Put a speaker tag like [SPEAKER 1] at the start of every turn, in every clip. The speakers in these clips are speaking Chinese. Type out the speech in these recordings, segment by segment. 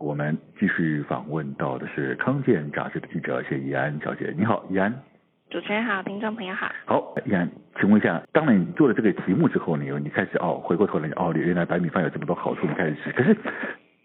[SPEAKER 1] 我们继续访问到的是康健杂志的记者谢怡安小姐，你好，怡安。
[SPEAKER 2] 主持人好，听众朋友好。
[SPEAKER 1] 好，怡安，请问一下，当然你做了这个题目之后，你你开始哦，回过头来哦，你原来白米饭有这么多好处，你开始吃。可是，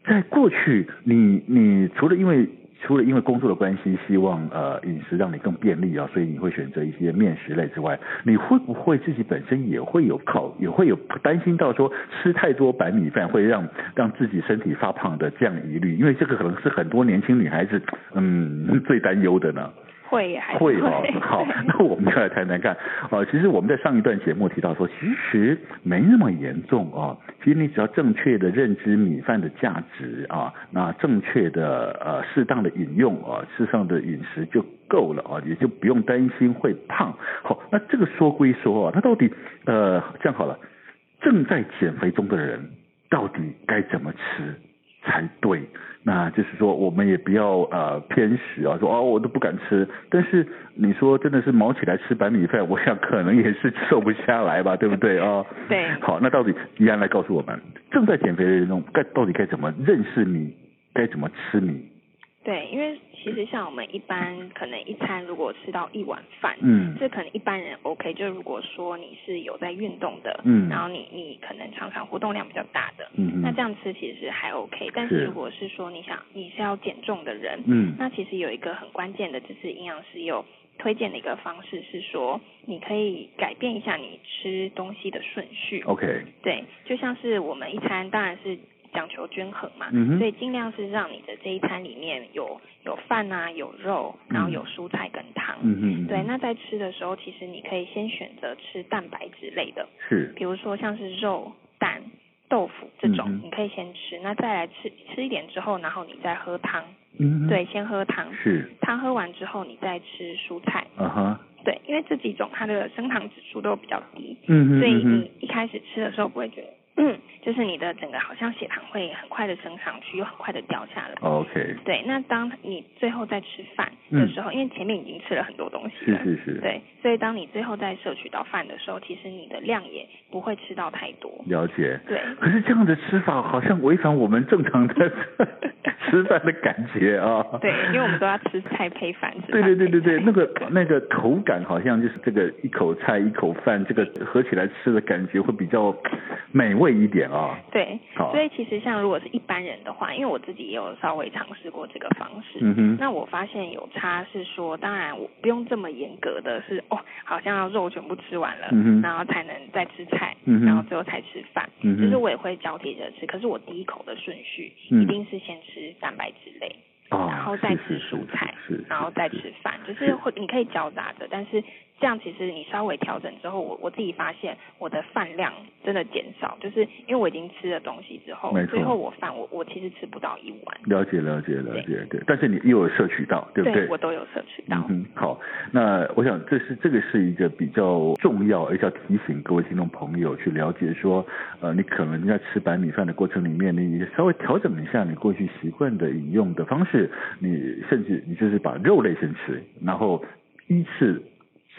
[SPEAKER 1] 在过去，你你除了因为除了因为工作的关系，希望呃饮食让你更便利啊，所以你会选择一些面食类之外，你会不会自己本身也会有考，也会有担心到说吃太多白米饭会让让自己身体发胖的这样疑虑？因为这个可能是很多年轻女孩子嗯最担忧的呢。
[SPEAKER 2] 会耶还是
[SPEAKER 1] 会哦， 好，那我们就来谈谈看。呃，其实我们在上一段节目提到说，其实没那么严重啊、哦。其实你只要正确的认知米饭的价值啊，那正确的呃适当的饮用啊，适当的饮食就够了啊，也就不用担心会胖。好，那这个说归说啊，那到底呃这样好了，正在减肥中的人到底该怎么吃？才对，那就是说，我们也不要呃偏食啊，说哦我都不敢吃。但是你说真的是毛起来吃白米饭，我想可能也是瘦不下来吧，对不 对啊？哦、
[SPEAKER 2] 对。
[SPEAKER 1] 好，那到底怡安来告诉我们，正在减肥的人中该到底该怎么认识米，该怎么吃米？
[SPEAKER 2] 对，因为其实像我们一般可能一餐如果吃到一碗饭，
[SPEAKER 1] 嗯
[SPEAKER 2] 这可能一般人 OK。就如果说你是有在运动的，
[SPEAKER 1] 嗯
[SPEAKER 2] 然后你你可能常常活动量比较大的，
[SPEAKER 1] 嗯哼
[SPEAKER 2] 那这样吃其实还 OK。但
[SPEAKER 1] 是
[SPEAKER 2] 是如果是说你想你是要减重的人，
[SPEAKER 1] 嗯
[SPEAKER 2] 那其实有一个很关键的，就是营养师有推荐的一个方式是说，你可以改变一下你吃东西的顺序。
[SPEAKER 1] ，OK，
[SPEAKER 2] 对，就像是我们一餐当然是讲求均衡嘛，
[SPEAKER 1] 嗯哼
[SPEAKER 2] 所以尽量是让你的这一餐里面有有饭啊，有肉，然后有蔬菜跟汤。
[SPEAKER 1] 嗯哼，
[SPEAKER 2] 对，那在吃的时候，其实你可以先选择吃蛋白质类的，
[SPEAKER 1] 是
[SPEAKER 2] 比如说像是肉、蛋、豆腐这种，
[SPEAKER 1] 嗯哼
[SPEAKER 2] 你可以先吃。那再来吃吃一点之后，然后你再喝汤。
[SPEAKER 1] 嗯哼
[SPEAKER 2] 对，先喝汤。
[SPEAKER 1] 是
[SPEAKER 2] 汤喝完之后，你再吃蔬菜。
[SPEAKER 1] 啊哈，
[SPEAKER 2] 对，因为这几种它的升糖指数都比较低，
[SPEAKER 1] 嗯哼
[SPEAKER 2] 所以
[SPEAKER 1] 嗯哼
[SPEAKER 2] 你一开始吃的时候不会觉得，嗯就是你的整个好像血糖会很快的升上去，又很快的掉下
[SPEAKER 1] 哦
[SPEAKER 2] 来。
[SPEAKER 1] ，OK，
[SPEAKER 2] 对，那当你最后在吃饭的时候，因为前面已经吃了很多东西
[SPEAKER 1] 嗯是
[SPEAKER 2] 了，
[SPEAKER 1] 是是，
[SPEAKER 2] 对，所以当你最后再摄取到饭的时候，其实你的量也不会吃到太多。
[SPEAKER 1] 了解。
[SPEAKER 2] 对，
[SPEAKER 1] 可是这样的吃法好像违反我们正常的 吃饭的感觉啊。
[SPEAKER 2] 对，因为我们都要吃菜配饭。吃
[SPEAKER 1] 对对
[SPEAKER 2] 饭
[SPEAKER 1] 对
[SPEAKER 2] 配
[SPEAKER 1] 对对，
[SPEAKER 2] 菜
[SPEAKER 1] 那个那个口感好像就是这个一口菜一口饭，这个合起来吃的感觉会比较美味一点啊、
[SPEAKER 2] 对，
[SPEAKER 1] 好
[SPEAKER 2] 所以其实像如果是一般人的话，因为我自己也有稍微尝试过这个方式，
[SPEAKER 1] 嗯哼
[SPEAKER 2] 那我发现有差是说，当然我不用这么严格的是哦，好像要肉全部吃完了，
[SPEAKER 1] 嗯哼
[SPEAKER 2] 然后才能再吃菜，
[SPEAKER 1] 嗯哼
[SPEAKER 2] 然后最后才吃饭，
[SPEAKER 1] 嗯哼
[SPEAKER 2] 就是我也会交替着吃，可是我第一口的顺序
[SPEAKER 1] 嗯
[SPEAKER 2] 一定是先吃蛋白质类，
[SPEAKER 1] 哦
[SPEAKER 2] 然后再吃蔬菜，嗯
[SPEAKER 1] 是是是
[SPEAKER 2] 然后再吃饭，就是会你可以交杂着，但是这样其实你稍微调整之后，我我自己发现我的饭量真的减少，就是因为我已经吃了东西之后
[SPEAKER 1] 没，错
[SPEAKER 2] 最后我饭我我其实吃不到一碗，
[SPEAKER 1] 了解了解了解，对，但是你又有摄取到，对不对？
[SPEAKER 2] 我都有摄取到
[SPEAKER 1] 嗯。哼，好，那我想这是这个是一个比较重要，而且要提醒各位听众朋友去了解说，呃，你可能在吃白米饭的过程里面，你稍微调整一下你过去习惯的饮用的方式，你甚至你就是把肉类先吃，然后依次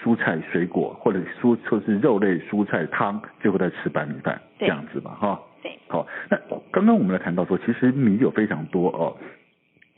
[SPEAKER 1] 蔬菜、水果或者蔬说是肉类、蔬菜汤，最后再吃白米饭，这
[SPEAKER 2] 对
[SPEAKER 1] 样子吧，哈。
[SPEAKER 2] 对
[SPEAKER 1] 好，那刚刚我们来谈到说，其实米有非常多哦，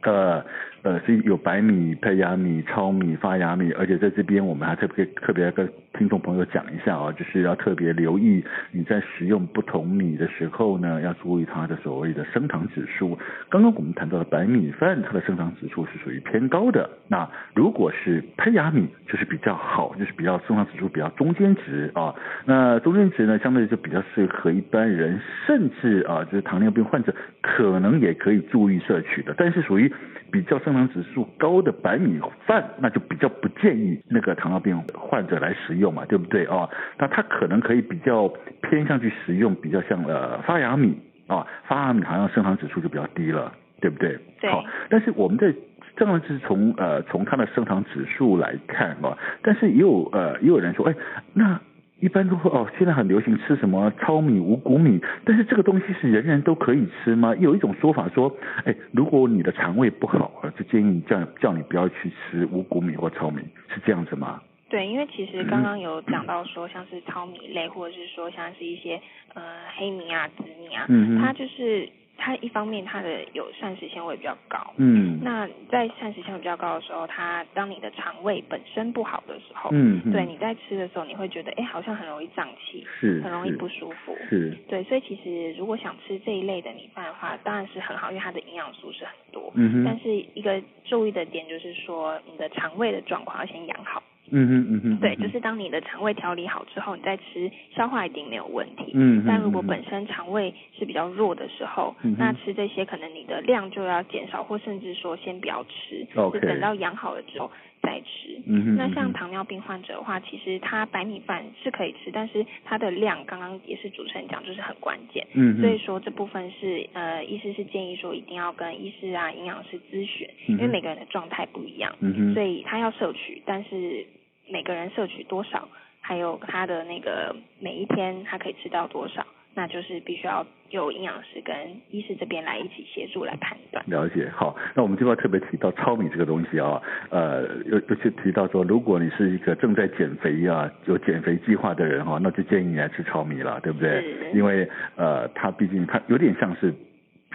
[SPEAKER 1] 呃呃是有白米、胚芽米、糙米、发芽米，而且在这边我们还特别特别跟听众朋友讲一下啊，就是要特别留意你在食用不同米的时候呢，要注意它的所谓的升糖指数。刚刚我们谈到的白米饭，它的升糖指数是属于偏高的。那如果是胚芽米，就是比较好，就是比较升糖指数比较中间值啊。那中间值呢，相对就比较适合一般人，甚至啊，就是糖尿病患者可能也可以注意摄取的。但是属于比较升糖指数高的白米饭，那就比较不建议那个糖尿病患者来食用嘛，对不对啊？那他可能可以比较偏向去食用，比较像呃发芽米啊，发芽米好像升糖指数就比较低了，对不对？
[SPEAKER 2] 对
[SPEAKER 1] 好，但是我们在这样是从呃从它的升糖指数来看啊，但是也有呃也有人说，哎，那一般都说哦，现在很流行吃什么糙米、五谷米，但是这个东西是人人都可以吃吗？有一种说法说，哎，如果你的肠胃不好啊，就建议叫叫你不要去吃五谷米或糙米，是这样子吗？
[SPEAKER 2] 对，因为其实刚刚有讲到说，像是糙米类，或者是说像是一些呃黑米啊、紫米啊，
[SPEAKER 1] 嗯哼
[SPEAKER 2] 它就是它一方面它的有膳食纤维比较高，
[SPEAKER 1] 嗯
[SPEAKER 2] 那在膳食纤维比较高的时候，它当你的肠胃本身不好的时候，
[SPEAKER 1] 嗯，嗯
[SPEAKER 2] 对，你在吃的时候，你会觉得哎好像很容易胀气，
[SPEAKER 1] 是
[SPEAKER 2] 很容易
[SPEAKER 1] 是
[SPEAKER 2] 不舒服。
[SPEAKER 1] 是，
[SPEAKER 2] 对，所以其实如果想吃这一类的米饭的话，当然是很好，因为它的营养素是很多。
[SPEAKER 1] 嗯哼，
[SPEAKER 2] 但是一个注意的点就是说，你的肠胃的状况要先养好。
[SPEAKER 1] 嗯哼嗯哼，
[SPEAKER 2] 对，
[SPEAKER 1] 嗯哼
[SPEAKER 2] 就是当你的肠胃调理好之后，你再吃消化一定没有问题。
[SPEAKER 1] 嗯嗯
[SPEAKER 2] 但如果
[SPEAKER 1] 嗯
[SPEAKER 2] 本身肠胃是比较弱的时候，
[SPEAKER 1] 嗯哼
[SPEAKER 2] 那吃这些可能你的量就要减少，或甚至说先不要吃，
[SPEAKER 1] OK
[SPEAKER 2] 是等到养好了之后再吃。
[SPEAKER 1] 嗯哼
[SPEAKER 2] 那像
[SPEAKER 1] 嗯哼
[SPEAKER 2] 糖尿病患者的话，其实他白米饭是可以吃，但是它的量刚刚也是主持人讲，就是很关键。
[SPEAKER 1] 嗯哼
[SPEAKER 2] 所以说这部分是呃，医师是建议说一定要跟医师啊、营养师咨询，因为
[SPEAKER 1] 嗯哼
[SPEAKER 2] 每个人的状态不一样。
[SPEAKER 1] 嗯哼
[SPEAKER 2] 所以他要摄取，但是每个人摄取多少，还有他的那个每一天他可以吃到多少，那就是必须要由营养师跟医师这边来一起协助来判断。
[SPEAKER 1] 了解，好，那我们这边特别提到糙米这个东西啊，呃，尤尤其提到说，如果你是一个正在减肥啊，有减肥计划的人哈、那就建议你来吃糙米了，对不对？
[SPEAKER 2] 是
[SPEAKER 1] 因为呃，它毕竟它有点像是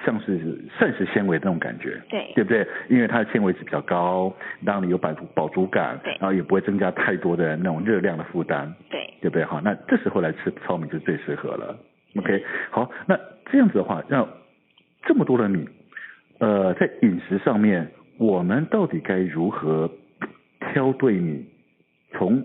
[SPEAKER 1] 像是膳食纤维那种感觉，
[SPEAKER 2] 对
[SPEAKER 1] 对不对？因为它的纤维质比较高，让你有饱足饱足感
[SPEAKER 2] 对，
[SPEAKER 1] 然后也不会增加太多的那种热量的负担，
[SPEAKER 2] 对，
[SPEAKER 1] 对不对？好，那这时候来吃糙米就最适合了。OK，好，那这样子的话，让这么多的米，呃，在饮食上面，我们到底该如何挑对米？从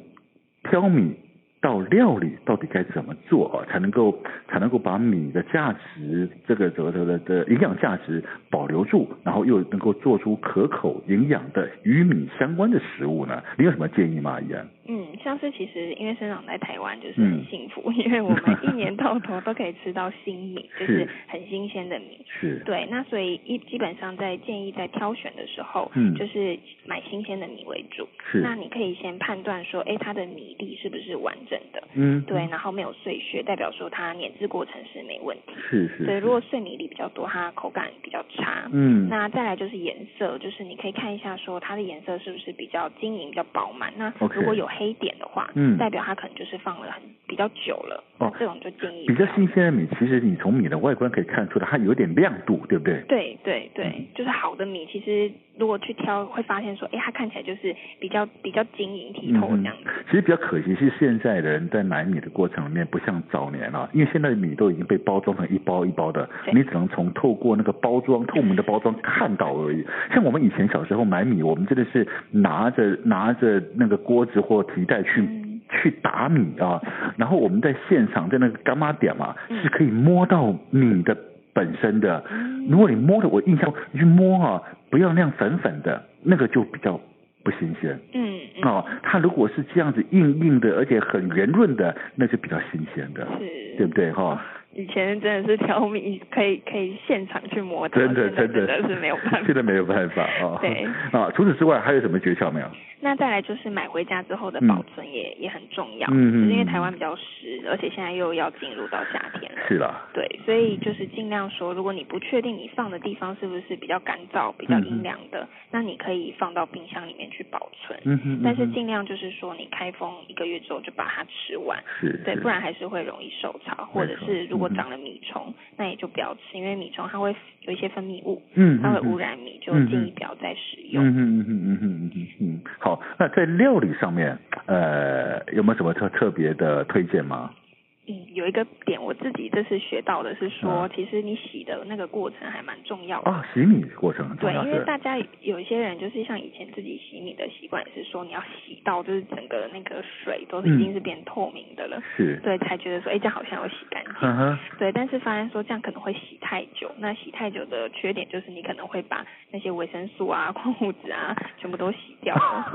[SPEAKER 1] 挑米到料理，到底该怎么做啊，才能够才能够把米的价值，这个这个这个的营养价值保留住，然后又能够做出可口营养的与米相关的食物呢？你有什么建议吗，怡安？
[SPEAKER 2] 嗯，像是其实因为生长在台湾 就是
[SPEAKER 1] 嗯
[SPEAKER 2] 很幸福，因为我们一年到头都可以吃到新 米，就是是很新鲜的米。
[SPEAKER 1] 是，
[SPEAKER 2] 对，那所以一基本上在建议在挑选的时候，
[SPEAKER 1] 嗯
[SPEAKER 2] 就是买新鲜的米为主。
[SPEAKER 1] 是
[SPEAKER 2] 那你可以先判断说，哎，它的米粒是不是完整的？
[SPEAKER 1] 嗯，
[SPEAKER 2] 对，，然后没有碎屑，代表说它碾制过程是没问题。
[SPEAKER 1] 是是。是
[SPEAKER 2] 对，如果碎米粒比较多，它口感比较差。
[SPEAKER 1] 嗯，
[SPEAKER 2] 那再来就是颜色，就是你可以看一下说它的颜色是不是比较晶莹、比较饱满。那
[SPEAKER 1] OK
[SPEAKER 2] 如果有黑点的话，
[SPEAKER 1] 嗯
[SPEAKER 2] 代表它可能就是放了很比较久了。
[SPEAKER 1] 哦
[SPEAKER 2] 这种就建议
[SPEAKER 1] 比较
[SPEAKER 2] 不要
[SPEAKER 1] 新鲜的米，其实你从米的外观可以看出来，它有点亮度，对不对？
[SPEAKER 2] 对对对
[SPEAKER 1] 嗯，
[SPEAKER 2] 就是好的米，其实如果去挑，会发现说，哎，它看起来就是比较比较晶莹剔
[SPEAKER 1] 嗯
[SPEAKER 2] 透这样子。
[SPEAKER 1] 其实比较可惜是现在的人在买米的过程里面，不像早年了、因为现在的米都已经被包装成一包一包的，
[SPEAKER 2] 对
[SPEAKER 1] 你只能从透过那个包装透明的包装看到而已。像我们以前小时候买米，我们真的是拿着拿着那个锅子或提袋去。
[SPEAKER 2] 嗯
[SPEAKER 1] 去打米啊，然后我们在现场在那个干妈点嘛，
[SPEAKER 2] 嗯
[SPEAKER 1] 是可以摸到米的本身的。
[SPEAKER 2] 嗯
[SPEAKER 1] 如果你摸的，我印象中你去摸啊，不要那样粉粉的，那个就比较不新鲜。
[SPEAKER 2] 嗯嗯，
[SPEAKER 1] 哦，它如果是这样子硬硬的，而且很圆润的，那是比较新鲜的，
[SPEAKER 2] 是。
[SPEAKER 1] 对不对哈、
[SPEAKER 2] 哦以前真的是挑米，可以可以现场去磨的，
[SPEAKER 1] 真的
[SPEAKER 2] 现在
[SPEAKER 1] 真
[SPEAKER 2] 真
[SPEAKER 1] 的
[SPEAKER 2] 的是没有办
[SPEAKER 1] 现
[SPEAKER 2] 法。
[SPEAKER 1] 在没有办法哦。
[SPEAKER 2] 对
[SPEAKER 1] 啊，除此之外还有什么诀窍没有？
[SPEAKER 2] 那再来就是买回家之后的
[SPEAKER 1] 嗯
[SPEAKER 2] 保存也、也很重要，
[SPEAKER 1] 嗯嗯
[SPEAKER 2] 就是因为
[SPEAKER 1] 嗯
[SPEAKER 2] 台湾比较湿，而且现在又要进入到夏天了。
[SPEAKER 1] 是啦，
[SPEAKER 2] 对，所以就是尽量说，如果你不确定你放的地方是不是比较干燥、比较阴凉的，那你可以放到冰箱里面去保存。
[SPEAKER 1] 嗯哼，
[SPEAKER 2] 但是
[SPEAKER 1] 嗯哼
[SPEAKER 2] 尽量就是说，你开封一个月之后就把它吃完，
[SPEAKER 1] 是
[SPEAKER 2] 对，
[SPEAKER 1] 是
[SPEAKER 2] 不然还是会容易受潮，或者
[SPEAKER 1] 没错嗯
[SPEAKER 2] 是如果长了米虫，那也就不要吃，因为米虫它会有一些分泌物，
[SPEAKER 1] 嗯，
[SPEAKER 2] 它会污
[SPEAKER 1] 染。
[SPEAKER 2] 染米，就
[SPEAKER 1] 嗯嗯
[SPEAKER 2] 建议不要再使用。
[SPEAKER 1] 嗯嗯嗯嗯嗯嗯嗯，好，那在料理上面，呃，有没有什么特特别的推荐吗？
[SPEAKER 2] 嗯，有一个点我自己这次学到的是说，
[SPEAKER 1] 嗯
[SPEAKER 2] 其实你洗的那个过程还蛮重要的。
[SPEAKER 1] 啊，洗米过程很重
[SPEAKER 2] 对，
[SPEAKER 1] 要，
[SPEAKER 2] 因为
[SPEAKER 1] 是
[SPEAKER 2] 大家有一些人就是像以前自己洗米的习惯，也是说你要洗到就是整个那个水都是
[SPEAKER 1] 嗯
[SPEAKER 2] 已经是变透明的了，
[SPEAKER 1] 是，嗯
[SPEAKER 2] 对，才觉得说哎、这样好像有洗干净。
[SPEAKER 1] 呵呵，
[SPEAKER 2] 对，但是发现说这样可能会洗太久，那洗太久的缺点就是你可能会把那些维生素啊、矿物质啊 全部都洗 掉了。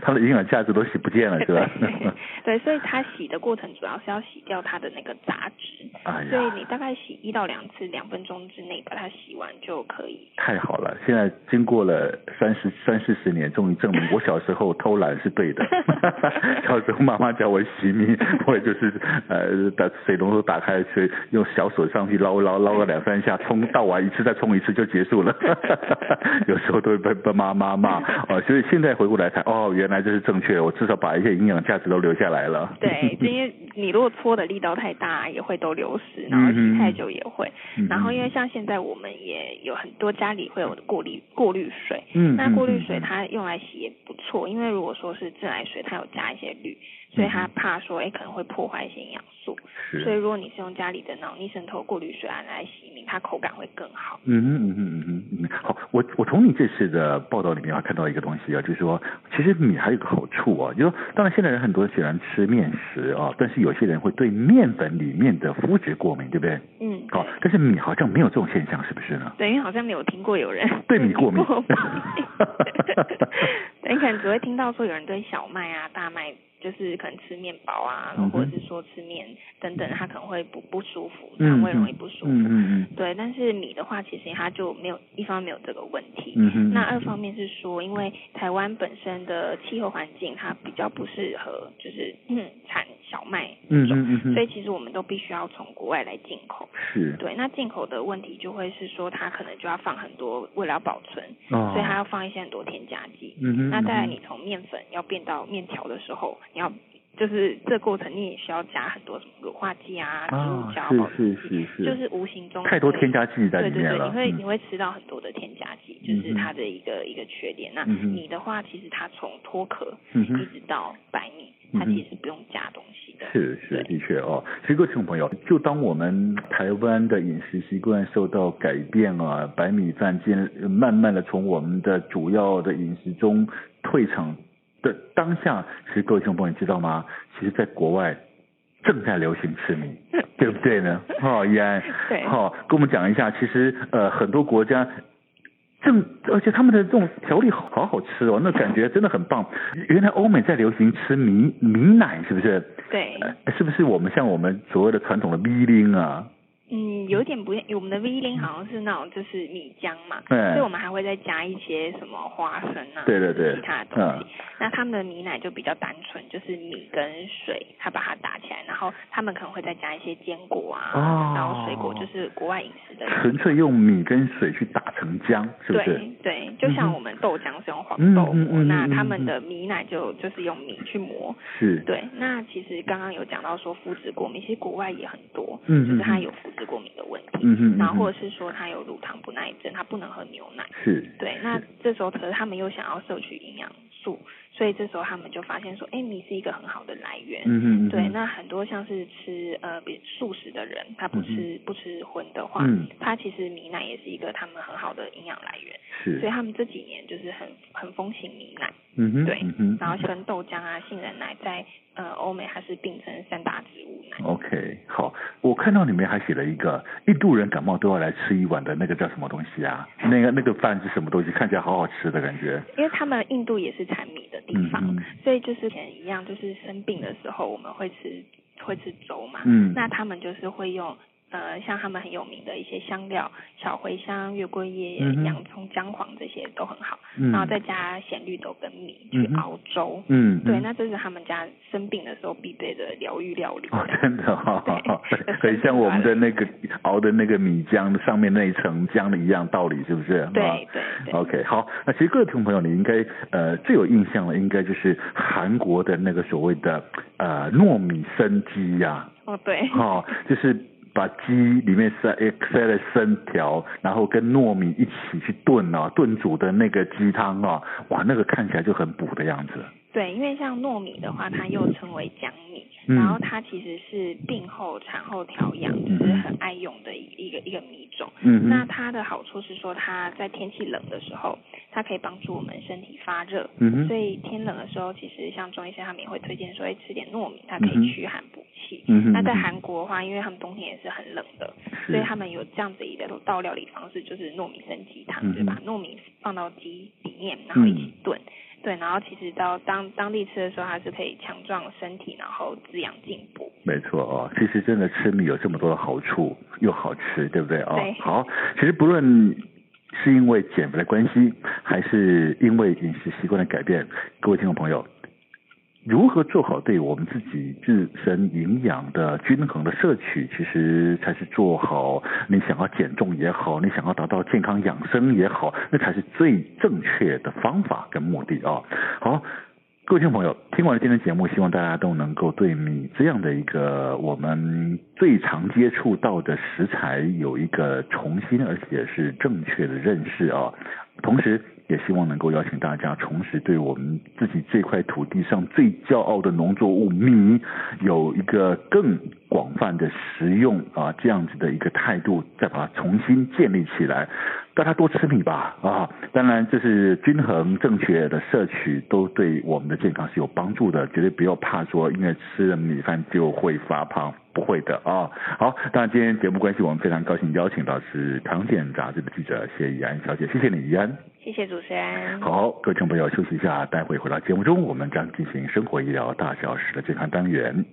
[SPEAKER 1] 它的营养价值都洗不见了，是吧？
[SPEAKER 2] 对 对，所以它洗的过程主要是要洗掉它的那个杂质，
[SPEAKER 1] 哎
[SPEAKER 2] 所以
[SPEAKER 1] 呀，
[SPEAKER 2] 你大概洗一到两次，两分钟之内把它洗完就可以。
[SPEAKER 1] 太好了！现在经过了三十三四十年，终于证明我小时候偷懒是 对的。小时候妈妈教我洗米， 我也就是呃把水龙头打开，水用小手上去捞捞捞个两三下，冲倒完一次再冲一次就结束了。 有时候都会被被妈妈骂哦，所以现在回过来看，哦，原来这是正确的，我至少把一些营养价值都留下来了。
[SPEAKER 2] 对，就因为你如果搓的力道太大，也会都流失，然后
[SPEAKER 1] 嗯
[SPEAKER 2] 洗
[SPEAKER 1] 哼
[SPEAKER 2] 太久也会。
[SPEAKER 1] 嗯
[SPEAKER 2] 然后因为像现在我们也有很多家里会有过滤过滤水，
[SPEAKER 1] 嗯
[SPEAKER 2] 那过滤水
[SPEAKER 1] 嗯嗯
[SPEAKER 2] 它用来洗也不错，因为如果说是自来水，它有加一些氯，所以它怕说哎、诶可能会破坏一些营养素，
[SPEAKER 1] 嗯是
[SPEAKER 2] 所以如果你是用家里的那种逆渗透过滤水啊来洗米，它口感会更好。
[SPEAKER 1] 嗯哼嗯哼嗯哼嗯，好，我我从你这次的报道里面还看到一个东西啊，就是说，其实米还有个好处啊，就是说，当然现在人很多人喜欢吃面食啊，但是有些人会对面粉里面的麸质过敏，对不对？
[SPEAKER 2] 嗯，
[SPEAKER 1] 好、
[SPEAKER 2] 对。
[SPEAKER 1] 但是米好像没有这种现象，是不是呢？
[SPEAKER 2] 对，因为好像没有听过有人
[SPEAKER 1] 对米过敏
[SPEAKER 2] 对，你可能只会听到说有人对小麦啊、大麦，就是可能吃面包啊，
[SPEAKER 1] 嗯哼
[SPEAKER 2] 或者是说吃面等等，他可能会不不舒服，
[SPEAKER 1] 嗯
[SPEAKER 2] 肠胃容易不舒服。
[SPEAKER 1] 嗯嗯嗯
[SPEAKER 2] 对，但是米的话，其实它就没有一方面没有这个问题。
[SPEAKER 1] 嗯哼，
[SPEAKER 2] 那二方面是说，因为台湾本身的气候环境它比较不适合，就是嗯产小麦
[SPEAKER 1] 嗯
[SPEAKER 2] 这种，
[SPEAKER 1] 嗯嗯嗯，
[SPEAKER 2] 所以其实我们都必须要从国外来进口。
[SPEAKER 1] 是
[SPEAKER 2] 对，那进口的问题就会是说，它可能就要放很多，为了要保存，
[SPEAKER 1] 哦，
[SPEAKER 2] 所以它要放一些很多添加剂。
[SPEAKER 1] 嗯哼，
[SPEAKER 2] 那再来，
[SPEAKER 1] 嗯哼
[SPEAKER 2] 你从面粉要变到面条的时候，你要就是这过程你也需要加很多什么乳化剂啊、植物胶、保
[SPEAKER 1] 啊，是
[SPEAKER 2] 质
[SPEAKER 1] 是
[SPEAKER 2] 剂
[SPEAKER 1] 是，
[SPEAKER 2] 就是是无形中
[SPEAKER 1] 太多
[SPEAKER 2] 会
[SPEAKER 1] 添加剂在
[SPEAKER 2] 对
[SPEAKER 1] 里
[SPEAKER 2] 对
[SPEAKER 1] 面
[SPEAKER 2] 对，
[SPEAKER 1] 了，
[SPEAKER 2] 你会
[SPEAKER 1] 嗯
[SPEAKER 2] 你会吃到很多的添加剂，就
[SPEAKER 1] 嗯
[SPEAKER 2] 是
[SPEAKER 1] 哼
[SPEAKER 2] 它的一个一个缺点。那
[SPEAKER 1] 嗯哼
[SPEAKER 2] 你的话，其实它从脱壳
[SPEAKER 1] 嗯
[SPEAKER 2] 一
[SPEAKER 1] 哼。
[SPEAKER 2] 直到白米，
[SPEAKER 1] 嗯
[SPEAKER 2] 它
[SPEAKER 1] 哼
[SPEAKER 2] 其实不用加东西的。
[SPEAKER 1] 是是，
[SPEAKER 2] 对
[SPEAKER 1] 的确哦。其实各位听众朋友，就当我们台湾的饮食习惯受到改变啊，白米饭进慢慢的从我们的主要的饮食中退场的当下，其实各位听众朋友，你知道吗？其实，在国外正在流行吃 米。对不对呢？哦，依安，
[SPEAKER 2] 对
[SPEAKER 1] 好、跟我们讲一下，其实呃，很多国家正，而且他们的这种调理好好吃哦，那感觉真的很棒。原来欧美在流行吃米米奶，是不是？
[SPEAKER 2] 对，
[SPEAKER 1] 呃是不是我们像我们所谓的传统的米令啊？
[SPEAKER 2] 嗯，有点不一样，我们的 V 零好像是那种就是米浆嘛，
[SPEAKER 1] 哎
[SPEAKER 2] 所以我们还会再加一些什么花生啊，
[SPEAKER 1] 对对对
[SPEAKER 2] 其他的东西。
[SPEAKER 1] 嗯，
[SPEAKER 2] 那他们的米奶就比较单纯，就是米跟水，它把它打起来，然后他们可能会再加一些坚果啊，
[SPEAKER 1] 哦
[SPEAKER 2] 然后水果，就是国外饮食的。
[SPEAKER 1] 纯粹用米跟水去打成浆，是不是？
[SPEAKER 2] 对对，
[SPEAKER 1] 嗯
[SPEAKER 2] 就
[SPEAKER 1] 哼
[SPEAKER 2] 像我们豆浆是用黄
[SPEAKER 1] 嗯
[SPEAKER 2] 豆
[SPEAKER 1] 嗯
[SPEAKER 2] 磨，
[SPEAKER 1] 嗯嗯
[SPEAKER 2] 那
[SPEAKER 1] 嗯
[SPEAKER 2] 他
[SPEAKER 1] 嗯
[SPEAKER 2] 们的米奶就就是用米去磨。
[SPEAKER 1] 是，
[SPEAKER 2] 对，那其实刚刚有讲到说麸质过敏，其实国外也很多，
[SPEAKER 1] 嗯
[SPEAKER 2] 就是
[SPEAKER 1] 嗯
[SPEAKER 2] 它
[SPEAKER 1] 嗯
[SPEAKER 2] 有麸质过敏的问题。
[SPEAKER 1] 嗯哼，
[SPEAKER 2] 然后或
[SPEAKER 1] 嗯
[SPEAKER 2] 者是说他有乳糖不耐症，他不能喝牛奶。
[SPEAKER 1] 哼是
[SPEAKER 2] 对，那这时候可是他们又想要摄取营养素，所以这时候他们就发现说，哎，米是一个很好的来源。
[SPEAKER 1] 嗯哼嗯哼，
[SPEAKER 2] 对，那很多像是吃呃比素食的人，他不吃、不吃荤的话，
[SPEAKER 1] 嗯
[SPEAKER 2] 他其实米奶也是一个他们很好的营养来源，
[SPEAKER 1] 是
[SPEAKER 2] 所以，他们这几年就是很很风行米奶，
[SPEAKER 1] 嗯哼，
[SPEAKER 2] 对
[SPEAKER 1] 嗯哼，
[SPEAKER 2] 然后跟豆浆啊、杏仁奶在呃欧美它是并称三大植物奶。
[SPEAKER 1] 哦 OK，好，我看到里面还写了一个印度人感冒都要来吃一碗的那个叫什么东西啊？那个那个饭是什么东西？看起来好好吃的感觉。
[SPEAKER 2] 因为他们印度也是产米的地
[SPEAKER 1] 嗯
[SPEAKER 2] 方，
[SPEAKER 1] 嗯
[SPEAKER 2] 所以就是以前一样，就是生病的时候我们会吃会吃粥嘛，
[SPEAKER 1] 嗯
[SPEAKER 2] 那他们就是会用呃像他们很有名的一些香料，小茴香、月桂叶、
[SPEAKER 1] 嗯哼
[SPEAKER 2] 洋葱、姜黄这些都很好，
[SPEAKER 1] 嗯
[SPEAKER 2] 然后再加咸绿豆跟米
[SPEAKER 1] 嗯
[SPEAKER 2] 去
[SPEAKER 1] 哼
[SPEAKER 2] 熬粥。
[SPEAKER 1] 嗯，
[SPEAKER 2] 对，
[SPEAKER 1] 嗯
[SPEAKER 2] 那这是他们家生病的时候必备的疗愈料 理。
[SPEAKER 1] 哦，真的哈、哦，
[SPEAKER 2] 对
[SPEAKER 1] 很像我们的 那个熬的那个米浆上面那一层浆的一样道理，是不是？啊
[SPEAKER 2] 对对对
[SPEAKER 1] OK，好，那其实各位听众朋友，你应该呃最有印象的，应该就是韩国的那个所谓的呃糯米生鸡呀、
[SPEAKER 2] 哦对，
[SPEAKER 1] 哦，就是把鸡里面塞呃塞了生条，然后跟糯米一起去炖哦，炖煮的那个鸡汤哦，哇，那个看起来就很补的样子。
[SPEAKER 2] 对，因为像糯米的话，它又称为江米，
[SPEAKER 1] 嗯
[SPEAKER 2] 然后它其实是病后产后调养，就是很爱用的一一个一个米种。
[SPEAKER 1] 嗯哼
[SPEAKER 2] 那它的好处是说，它在天气冷的时候，它可以帮助我们身体发热。
[SPEAKER 1] 嗯哼
[SPEAKER 2] 所以天冷的时候，其实像中医师他们也会推荐说，哎，吃点糯米，它可
[SPEAKER 1] 嗯哼
[SPEAKER 2] 以驱寒补气。
[SPEAKER 1] 嗯哼
[SPEAKER 2] 那在
[SPEAKER 1] 嗯哼
[SPEAKER 2] 韩国的话，因为他们冬天也是很冷的，
[SPEAKER 1] 是
[SPEAKER 2] 所以他们有这样子一个道料理方式，就是糯米生鸡汤，
[SPEAKER 1] 嗯哼嗯
[SPEAKER 2] 就是把糯米放到鸡里面，然后一起炖。对，然后其实到当当地吃的时候，它是可以强壮身体，然后滋养进补。
[SPEAKER 1] 没错哦，其实真的吃米有这么多的好处，又好吃，对不对哦？
[SPEAKER 2] 对
[SPEAKER 1] 好，其实不论是因为减肥的关系，还是因为饮食习惯的改变，各位听众朋友，如何做好对我们自己自身营养的均衡的摄取，其实才是做好你想要减重也好，你想要达到健康养生也好，那才是最正确的方法跟目的啊、好。各位听众朋友，听完了今天的节目，希望大家都能够对米这样的一个我们最常接触到的食材有一个重新而且是正确的认识啊、同时，也希望能够邀请大家重拾对我们自己这块土地上最骄傲的农作物米有一个更广泛的食用啊这样子的一个态度，再把它重新建立起来。大家多吃米吧啊！当然，这是均衡正确的摄取，都对我们的健康是有帮助的。绝对不要怕说因为吃了米饭就会发胖，不会的啊！好，当然今天节目关系，我们非常高兴邀请到是《康健》杂志的记者谢怡安小姐，谢谢你，怡安。
[SPEAKER 2] 谢谢主持人。
[SPEAKER 1] 好，各位听众朋友休息一下，待会回到节目中，我们将进行生活医疗大小事的健康单元。